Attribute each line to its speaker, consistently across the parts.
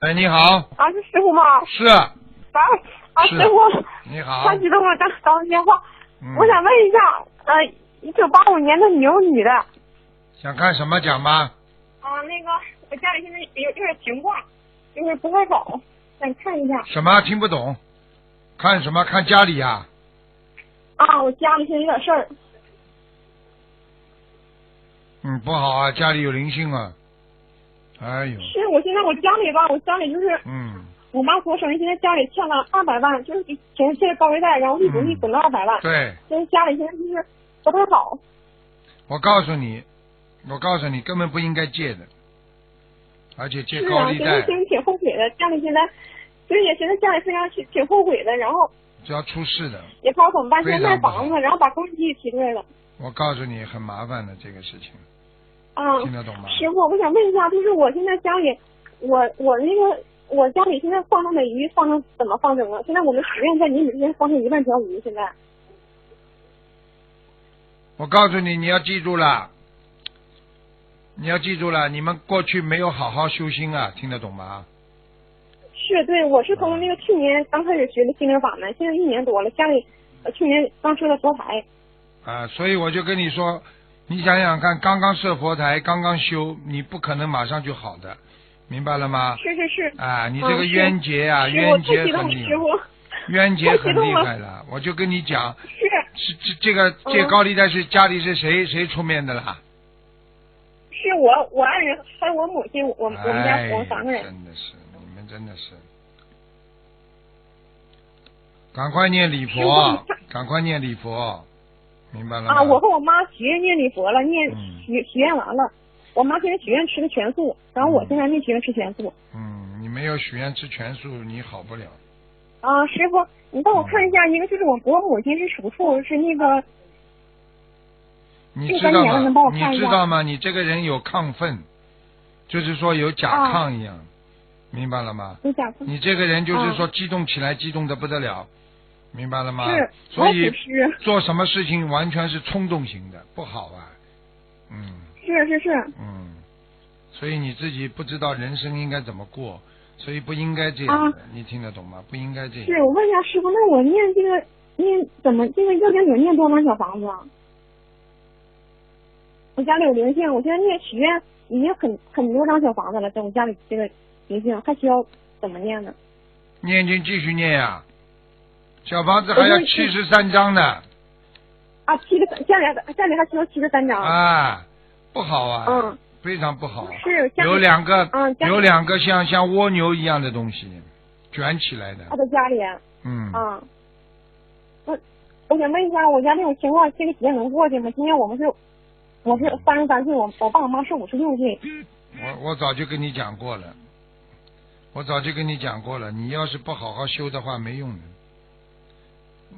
Speaker 1: 哎，你好，
Speaker 2: 啊，是师傅吗？
Speaker 1: 是，
Speaker 2: 啊啊，
Speaker 1: 是
Speaker 2: 师傅，
Speaker 1: 你好，
Speaker 2: 太激动了，刚打通电话。
Speaker 1: 嗯
Speaker 2: 我想问一下，呃，一九八五年的牛女的，
Speaker 1: 想看什么讲吧？
Speaker 2: 啊，那个我家里现在有有点情况，就是不太好，想看一下。
Speaker 1: 什么听不懂？看什么？看家里呀、
Speaker 2: 啊，我家里现在有点事儿。
Speaker 1: 嗯，不好啊，家里有灵性啊。哎呦，
Speaker 2: 是我现在我家里吧，我家里就是
Speaker 1: 嗯，
Speaker 2: 我妈所生，现在家里欠了二百万，就是给前世高利贷，然后一滚一滚了二百万，
Speaker 1: 对，
Speaker 2: 就是家里现在就是不太好。
Speaker 1: 我告诉你，我告诉你，根本不应该借的，而且借
Speaker 2: 是
Speaker 1: 高
Speaker 2: 啊，
Speaker 1: 利
Speaker 2: 其
Speaker 1: 贷
Speaker 2: 实心里挺后悔的，家里现在，就是也觉得家里非常挺挺后悔的，然后
Speaker 1: 就要出事的。
Speaker 2: 也不知道怎么办，
Speaker 1: 非
Speaker 2: 现
Speaker 1: 常
Speaker 2: 在卖房
Speaker 1: 不
Speaker 2: 子，然后把公积金也提出来了。
Speaker 1: 我告诉你，很麻烦的这个事情，
Speaker 2: 啊，
Speaker 1: 听得懂吗？
Speaker 2: 师傅，我想问一下，就是我现在家里，我我那个我家里现在放生美鱼放成怎么放生啊？现在我们许愿在你每天放生一万条鱼，现在
Speaker 1: 我告诉你，你要记住了，你要记住了，你们过去没有好好修心啊，听得懂吗？
Speaker 2: 是对我是从那个去年刚开始学的心灵法门，现在一年多了，家里、呃去年刚设的佛台，
Speaker 1: 啊，所以我就跟你说，你想想看，刚刚设佛台，刚刚修，你不可能马上就好的，明白了吗？
Speaker 2: 是是是，
Speaker 1: 啊，你
Speaker 2: 嗯
Speaker 1: 这个
Speaker 2: 是
Speaker 1: 冤结啊，
Speaker 2: 师傅
Speaker 1: 冤
Speaker 2: 太
Speaker 1: 结
Speaker 2: 激动
Speaker 1: 很
Speaker 2: 了，
Speaker 1: 厉
Speaker 2: 师
Speaker 1: 害，
Speaker 2: 傅
Speaker 1: 冤结很厉
Speaker 2: 太
Speaker 1: 害了。我就跟你讲，
Speaker 2: 是
Speaker 1: 是这这个借
Speaker 2: 嗯
Speaker 1: 高利贷是家里是谁谁出面的啦？
Speaker 2: 是我我爱人还有我母亲，我我们家
Speaker 1: 哎，
Speaker 2: 我们三个人。
Speaker 1: 真的是你们真的是，赶快念礼
Speaker 2: 师
Speaker 1: 佛
Speaker 2: 傅你，
Speaker 1: 赶快念礼佛，明白了吗？
Speaker 2: 啊，我和我妈许愿念礼佛了，念
Speaker 1: 嗯
Speaker 2: 许许愿完了。我妈现在许愿吃的全素，然后我现在没许愿吃全素。
Speaker 1: 嗯，你没有许愿吃全素，你好不了。
Speaker 2: 啊，师傅，你帮我看一下，一个就是我我母亲是属兔，是那个
Speaker 1: 你
Speaker 2: 这
Speaker 1: 知
Speaker 2: 个
Speaker 1: 道
Speaker 2: 你能不能帮
Speaker 1: 吗
Speaker 2: 我？
Speaker 1: 你
Speaker 2: 看一
Speaker 1: 知
Speaker 2: 下
Speaker 1: 道吗？你这个人有亢奋，就是说有甲
Speaker 2: 啊
Speaker 1: 亢一样，明白了吗？
Speaker 2: 你讲是，
Speaker 1: 你这个人就是
Speaker 2: 嗯
Speaker 1: 说激动起来，激动的不得了，明白了吗？
Speaker 2: 我
Speaker 1: 所
Speaker 2: 也
Speaker 1: 以
Speaker 2: 是
Speaker 1: 做什么事情完全是冲动型的，不好啊。嗯
Speaker 2: 是是是
Speaker 1: 嗯，所以你自己不知道人生应该怎么过，所以不应该这样的，你听得懂吗？不应该这
Speaker 2: 啊是，
Speaker 1: 样。
Speaker 2: 我问一下师傅，那我念这个念怎么这个要经者念多少小房子？啊？我家里有灵性，我现在念许愿已经很很多张小房子了，在我家里这个灵性还需要怎么念呢？
Speaker 1: 念经继续念呀、小房子还要
Speaker 2: 我就
Speaker 1: 七十三章呢。
Speaker 2: 啊，七个家里还家里还需要七十三张。
Speaker 1: 啊，不好啊，
Speaker 2: 嗯
Speaker 1: 非常不好。
Speaker 2: 是家里
Speaker 1: 有两个，
Speaker 2: 嗯家里
Speaker 1: 有两个像像蜗牛一样的东西卷起来的
Speaker 2: 他，在家里啊。
Speaker 1: 嗯，
Speaker 2: 我我想问一下，我家这种情况，这个节能过去吗？今年我们是，我是三十三岁，我我爸我妈是五十六岁。
Speaker 1: 我我早就跟你讲过了，我早就跟你讲过了，你要是不好好修的话没用的，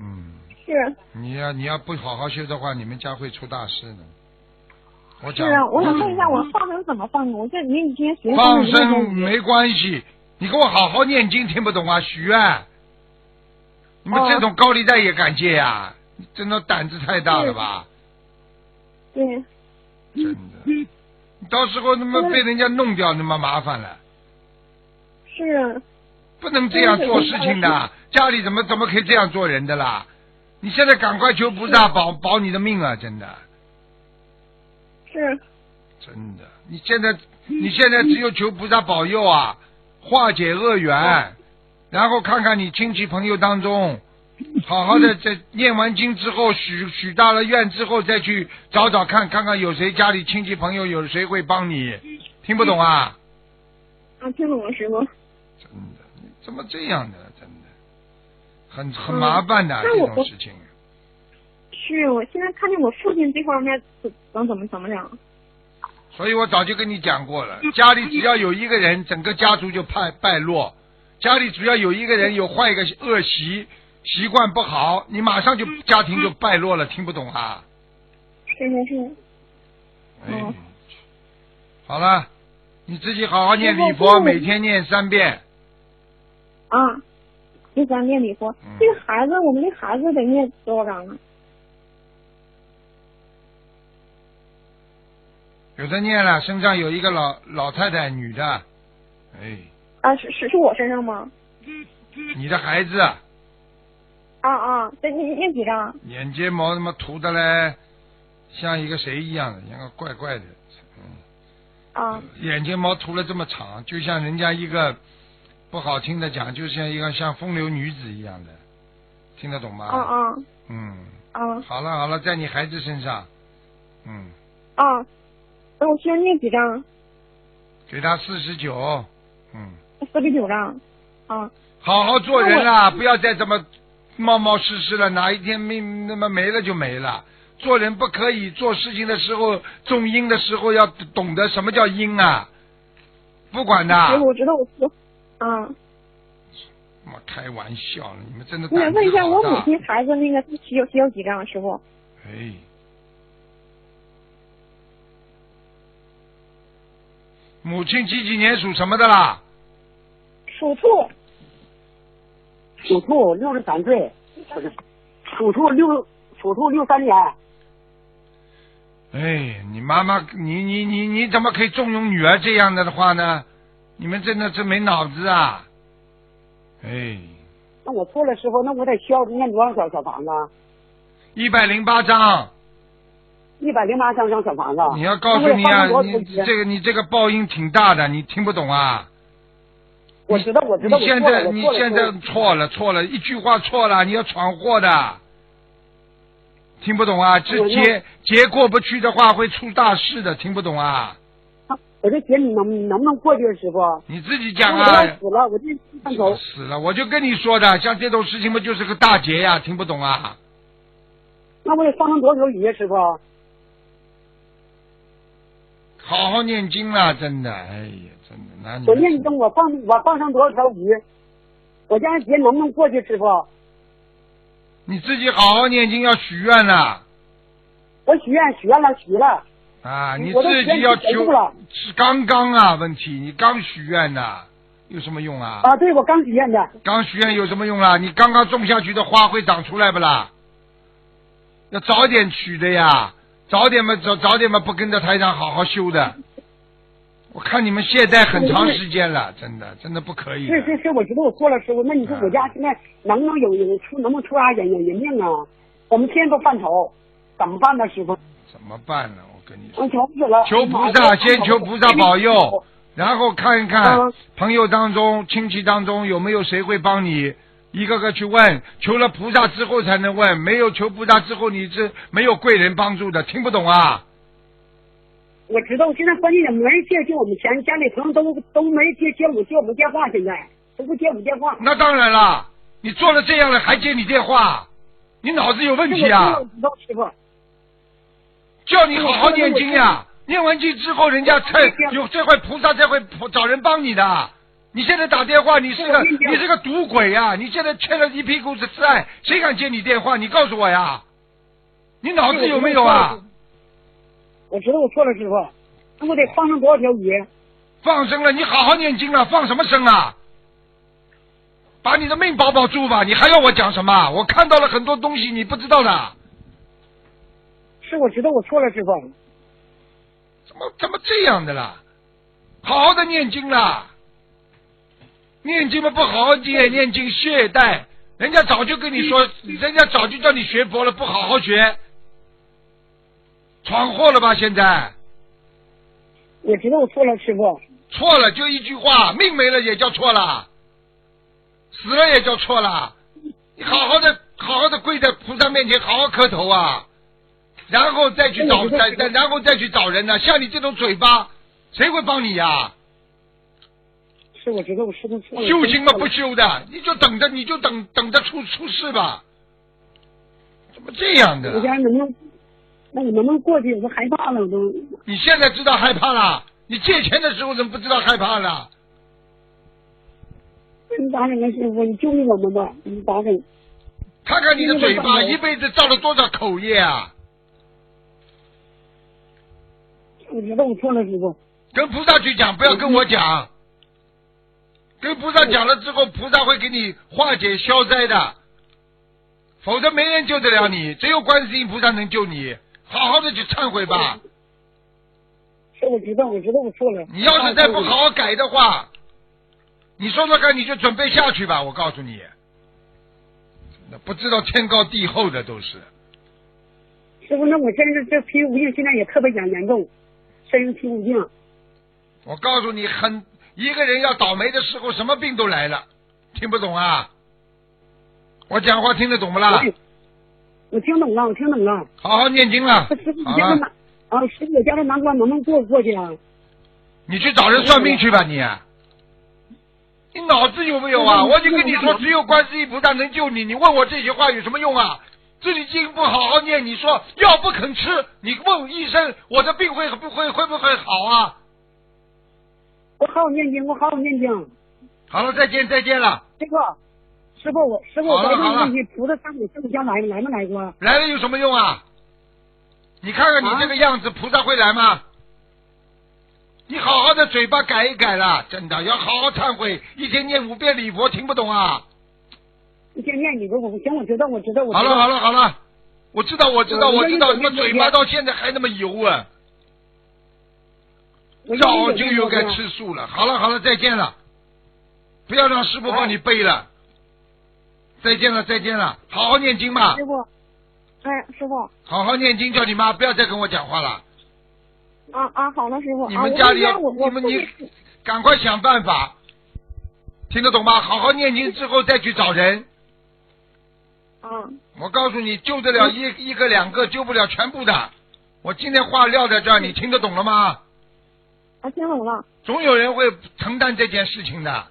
Speaker 1: 嗯，
Speaker 2: 是
Speaker 1: 你要你要不好好修的话，你们家会出大事的。我
Speaker 2: 是
Speaker 1: 讲，
Speaker 2: 啊，我想问一下，我放生怎么放生？我这您你今天学
Speaker 1: 嗯放
Speaker 2: 生的
Speaker 1: 生没关系，你给我好好念经，听不懂啊？许愿，你们
Speaker 2: 哦
Speaker 1: 这种高利贷也敢借呀、你真的胆子太大了吧？
Speaker 2: 对，嗯
Speaker 1: 真的，你到时候他妈被人家弄掉，那么麻烦了，
Speaker 2: 是啊
Speaker 1: 不能这样做事情的。家里怎么怎么可以这样做人的啦？你现在赶快求菩萨保保你的命啊！真的，
Speaker 2: 是
Speaker 1: 真的，你现在你现在只有求菩萨保佑啊，化解恶
Speaker 2: 哦
Speaker 1: 缘，然后看看你亲戚朋友当中，
Speaker 2: 嗯
Speaker 1: 好好的在念完经之后许许大了愿之后再去找找看看看有谁家里亲戚朋友有谁会帮你，听不懂啊？
Speaker 2: 啊，听懂了，师傅。
Speaker 1: 真的，你怎么这样的？真的，很很麻烦的、啊
Speaker 2: 嗯那
Speaker 1: 这
Speaker 2: 我
Speaker 1: 种事情。
Speaker 2: 是我现在看见我父亲这方面怎能怎么怎么样？
Speaker 1: 所以我早就跟你讲过了，家里只要有一个人，整个家族就败败落；家里只要有一个人有坏一个恶习，习惯不好，你马上就家庭就败落了。听不懂啊？
Speaker 2: 是是是，
Speaker 1: 哎
Speaker 2: 嗯，
Speaker 1: 好了，你自己好好念礼
Speaker 2: 师
Speaker 1: 佛，
Speaker 2: 傅
Speaker 1: 每天念三遍。
Speaker 2: 啊，第三念礼佛
Speaker 1: 嗯，
Speaker 2: 这个孩子，我们这孩子得念多少章啊？
Speaker 1: 有的念了，身上有一个老老太太，女的，哎，
Speaker 2: 啊，是是是我身上吗？
Speaker 1: 你的孩子
Speaker 2: 啊啊，那那那几张？
Speaker 1: 眼睫毛他妈涂的嘞，像一个谁一样的，像个怪怪的，嗯，
Speaker 2: 啊
Speaker 1: 眼睫毛涂了这么长，就像人家一个不好听的讲，就像一个像风流女子一样的，听得懂吗？
Speaker 2: 啊啊
Speaker 1: 嗯，
Speaker 2: 啊
Speaker 1: 好了好了，在你孩子身上，嗯，
Speaker 2: 啊！那我身上那几张？
Speaker 1: 给他四十九，嗯，
Speaker 2: 四十九张。啊
Speaker 1: 好好做人啦，不要再这么冒冒失失了，哪一天命那么没了就没了。做人不可以做事情的时候种因的时候要懂得什么叫因啊，不管的，
Speaker 2: 师傅，哎我知道我错。嗯，
Speaker 1: 妈开玩笑呢，你们真的
Speaker 2: 我想
Speaker 1: 胆子
Speaker 2: 问一下，我
Speaker 1: 好大
Speaker 2: 母。亲孩子那个需要需要几张？师傅，
Speaker 1: 哎，母亲几几年属什么的啦？
Speaker 2: 属兔。
Speaker 1: 啊
Speaker 3: 属兔，六十三岁，不是，属兔六属兔六三年，
Speaker 1: 哎，你妈妈，你你你你怎么可以纵容女儿这样的话呢？你们真的是没脑子啊！哎，
Speaker 3: 那我错了，师傅，那我得需要念多少小小房子？啊
Speaker 1: 一百零八章，
Speaker 3: 一百零八张小小房子。
Speaker 1: 你要告诉你啊
Speaker 3: 那我，得放多少
Speaker 1: 你
Speaker 3: 时间
Speaker 1: 这个你这个报应挺大的，你听不懂啊？
Speaker 3: 我知道，我知
Speaker 1: 你
Speaker 3: 道，我
Speaker 1: 现
Speaker 3: 错了
Speaker 1: 在
Speaker 3: 我
Speaker 1: 你
Speaker 3: 错了
Speaker 1: 现
Speaker 3: 师
Speaker 1: 在
Speaker 3: 傅
Speaker 1: 错了错了，一句话错了，你要闯祸的，听不懂啊？这
Speaker 3: 哎我要
Speaker 1: 劫劫过不去的话会出大事的，听不懂啊？
Speaker 3: 我这节你能能不能过去，师傅？
Speaker 1: 你自己讲
Speaker 3: 我都
Speaker 1: 啊
Speaker 3: 要！死了，我这上头。
Speaker 1: 死了，我就跟你说的，像这种事情不就是个大劫呀、听不懂啊？
Speaker 3: 那我得放生多少鱼啊，师傅？
Speaker 1: 好好念经啦，真的，哎呀，真的，那你
Speaker 3: 我念经，我放我放生多少条鱼？我这样节能不能过去，师傅？
Speaker 1: 你自己好好念经，要许愿啦
Speaker 3: 我许愿，许愿了，许了。
Speaker 1: 啊！你
Speaker 3: 我都
Speaker 1: 自己要
Speaker 3: 许愿
Speaker 1: 求
Speaker 3: 结束了
Speaker 1: 是刚刚啊，问题你刚许愿呐、有什么用啊？
Speaker 3: 啊，对，我刚许愿的。
Speaker 1: 刚许愿有什么用啊啦？你刚刚种下去的花会长出来不啦？要早点许的呀，早点嘛早早点嘛不跟着台长好好修的。我看你们懈怠很长时间了，真的真的不可以的。
Speaker 3: 是是是，我知道我错了，师傅。那你说
Speaker 1: 嗯
Speaker 3: 我家现在能不能有有出能不能出啥人人人命啊？我们天天都犯愁，怎么办呢，师傅？
Speaker 1: 怎么办呢？我跟你说，
Speaker 3: 我求死了！
Speaker 1: 求菩萨，先求菩萨保佑，然后看一看
Speaker 3: 嗯
Speaker 1: 朋友当中、亲戚当中有没有谁会帮你，一个个去问。求了菩萨之后才能问，没有求菩萨之后你是没有贵人帮助的，听不懂啊？
Speaker 3: 我知道，现在关键也没人接接我们钱，家里朋友都都没人接接我接我们电话，现在都不接我们电话。
Speaker 1: 那当然了，你做了这样了还接你电话，你脑子有问
Speaker 3: 这
Speaker 1: 题
Speaker 3: 个
Speaker 1: 啊
Speaker 3: 我！知道，师傅。
Speaker 1: 叫你好好念经呀、念完经之后人家才
Speaker 3: 我知道
Speaker 1: 有这会菩萨才会找人帮你的。你现在打电话，你是
Speaker 3: 我
Speaker 1: 个
Speaker 3: 知道
Speaker 1: 你是个赌鬼呀、你现在欠了一屁股子债，谁敢接你电话？你告诉我呀！你脑子有没有啊？
Speaker 3: 我知道我错了，师傅。那我得
Speaker 1: 嗯
Speaker 3: 放上多少条鱼？
Speaker 1: 放生了，你好好念经了，放什么生啊？把你的命保保住吧！你还要我讲什么？我看到了很多东西你不知道的。
Speaker 3: 是我知道我错了，师傅。
Speaker 1: 怎么怎么这样的啦？好好的念经啦，念经嘛不好好念，念经懈怠，人家早就跟你说，人家早就叫你学佛了，不好好学，闯祸了吧？现在
Speaker 3: 我知道我错了，师傅。
Speaker 1: 错了就一句话，命没了也叫错了，死了也叫错了。你好好的，好好的跪在菩萨面前，好好磕头啊，然后再去找，
Speaker 3: 哎我知道
Speaker 1: 再
Speaker 3: 知
Speaker 1: 再
Speaker 3: 道
Speaker 1: 然后再去找人呢、像你这种嘴巴，谁会帮你呀、
Speaker 3: 是我知道我师傅错了。
Speaker 1: 修行嘛不
Speaker 3: 是。
Speaker 1: 修的，你就等着，你就等等着出出事吧。怎么这样的
Speaker 3: 我？家能不能？那我能不能过去？我都害怕了，我都。
Speaker 1: 你现在知道害怕了？你借钱的时候怎么不知道害怕了？
Speaker 3: 你咋整啊，师傅？你救救我们吧！你咋整？
Speaker 1: 看看你的嘴巴，
Speaker 3: 嗯
Speaker 1: 一辈子造了多少口业啊！
Speaker 3: 我知道我错了，师傅。
Speaker 1: 跟菩萨去讲，不要跟我讲。跟菩萨讲了之后，菩萨会给你化解消灾的，否则没人救得了你，只有观世音菩萨能救你。好好的去忏悔吧。
Speaker 3: 是我知道，我知道我错了。啊
Speaker 1: 你要是再不好好改的话，你说说看，你就准备下去吧，我告诉你，那不知道天高地厚的都是。
Speaker 3: 师傅，那我现在这皮肤病现在也特别严严重，身上皮肤
Speaker 1: 啊
Speaker 3: 病，
Speaker 1: 我告诉你，很一个人要倒霉的时候，什么病都来了，听不懂啊？我讲话听得懂不啦
Speaker 3: 我？有我听懂了，我听懂了。
Speaker 1: 好好念经了
Speaker 3: 那师傅，，你
Speaker 1: 啊好
Speaker 3: 家的
Speaker 1: 了
Speaker 3: 难，啊，师傅，我家的难关能不能过过去啊？
Speaker 1: 你去找人算命去吧，你。你脑子有没有啊？
Speaker 3: 嗯
Speaker 1: 我就跟你说，
Speaker 3: 嗯
Speaker 1: 只有观世音菩萨能救你。你问我这些话有什么用啊？自己经不好好念，你说药不肯吃，你问医生我的病会不会会不会好啊？
Speaker 3: 我好好念经，我好好念经。
Speaker 1: 好了，再见再见了。
Speaker 3: 师傅，师傅，我师傅，我
Speaker 1: 好了
Speaker 3: 再问
Speaker 1: 好
Speaker 3: 个
Speaker 1: 了
Speaker 3: 问题，菩萨上你上你家来来没来过？
Speaker 1: 来了有什么用啊？你看看你这个样子，菩萨会来吗？你好好的嘴巴改一改啦，真的要好好忏悔，一天念五遍礼佛，听不懂啊？
Speaker 3: 一天念你给我，行，我知道，我知道，我知道。
Speaker 1: 好了好了好了，我知道我知道
Speaker 3: 我
Speaker 1: 我知道，
Speaker 3: 我
Speaker 1: 你们嘴巴到现在还那么油啊，
Speaker 3: 我愿意
Speaker 1: 早
Speaker 3: 有
Speaker 1: 就
Speaker 3: 这
Speaker 1: 应
Speaker 3: 个
Speaker 1: 该
Speaker 3: 梦
Speaker 1: 吃素了。好了好了，再见了，不要让师傅帮你背了。再见了再见了，好好念经吧
Speaker 2: 师，傅，哎，师傅，
Speaker 1: 好好念经，叫你妈不要再跟我讲话了。
Speaker 2: 啊啊，好的，师傅。
Speaker 1: 你
Speaker 2: 啊
Speaker 1: 们
Speaker 2: 我
Speaker 1: 家
Speaker 2: 回
Speaker 1: 里要，
Speaker 2: 我我
Speaker 1: 你们
Speaker 2: 不
Speaker 1: 你
Speaker 2: 是
Speaker 1: 赶快想办法，听得懂吗？好好念经之后再去找人。
Speaker 2: 啊
Speaker 1: 我告诉你，救得了一一个两个，救不了全部的。我今天话撂在这儿，你听得懂了吗？
Speaker 2: 啊，听懂了。
Speaker 1: 总有人会承担这件事情的。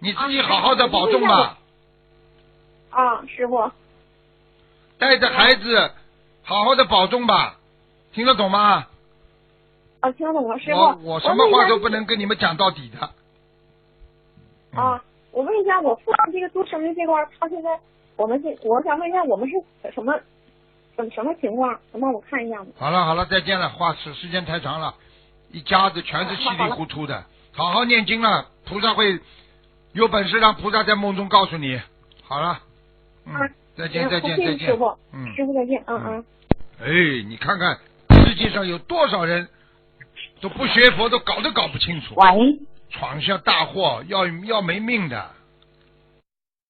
Speaker 1: 你自己好好的保重吧，
Speaker 2: 啊，师傅，
Speaker 1: 带着孩子好好的保重吧，听得懂吗？
Speaker 2: 啊，听懂了，师傅。
Speaker 1: 我我什么
Speaker 2: 问一
Speaker 1: 话
Speaker 2: 下
Speaker 1: 都不能跟你们讲到底的。嗯
Speaker 2: 啊，我问一下，我父亲这个做生意这块儿，他现在我们这，我想问一下，我们是什么什么什么情况？能帮我看一下吗？
Speaker 1: 好了好了，再见了。话时时间太长了，一家子全是稀里糊涂的。好好念经了，菩萨会有本事让菩萨在梦中告诉你。好了，嗯
Speaker 2: 啊，
Speaker 1: 再见
Speaker 2: 嗯
Speaker 1: 再见
Speaker 2: 谢谢
Speaker 1: 再
Speaker 2: 师
Speaker 1: 见
Speaker 2: 傅，
Speaker 1: 嗯，
Speaker 2: 师傅再见，嗯
Speaker 1: 嗯
Speaker 2: 嗯。
Speaker 1: 哎，你看看世界上有多少人都不学佛，都搞都搞不清楚，
Speaker 4: 喂，
Speaker 1: 闯下大祸，要要没命的。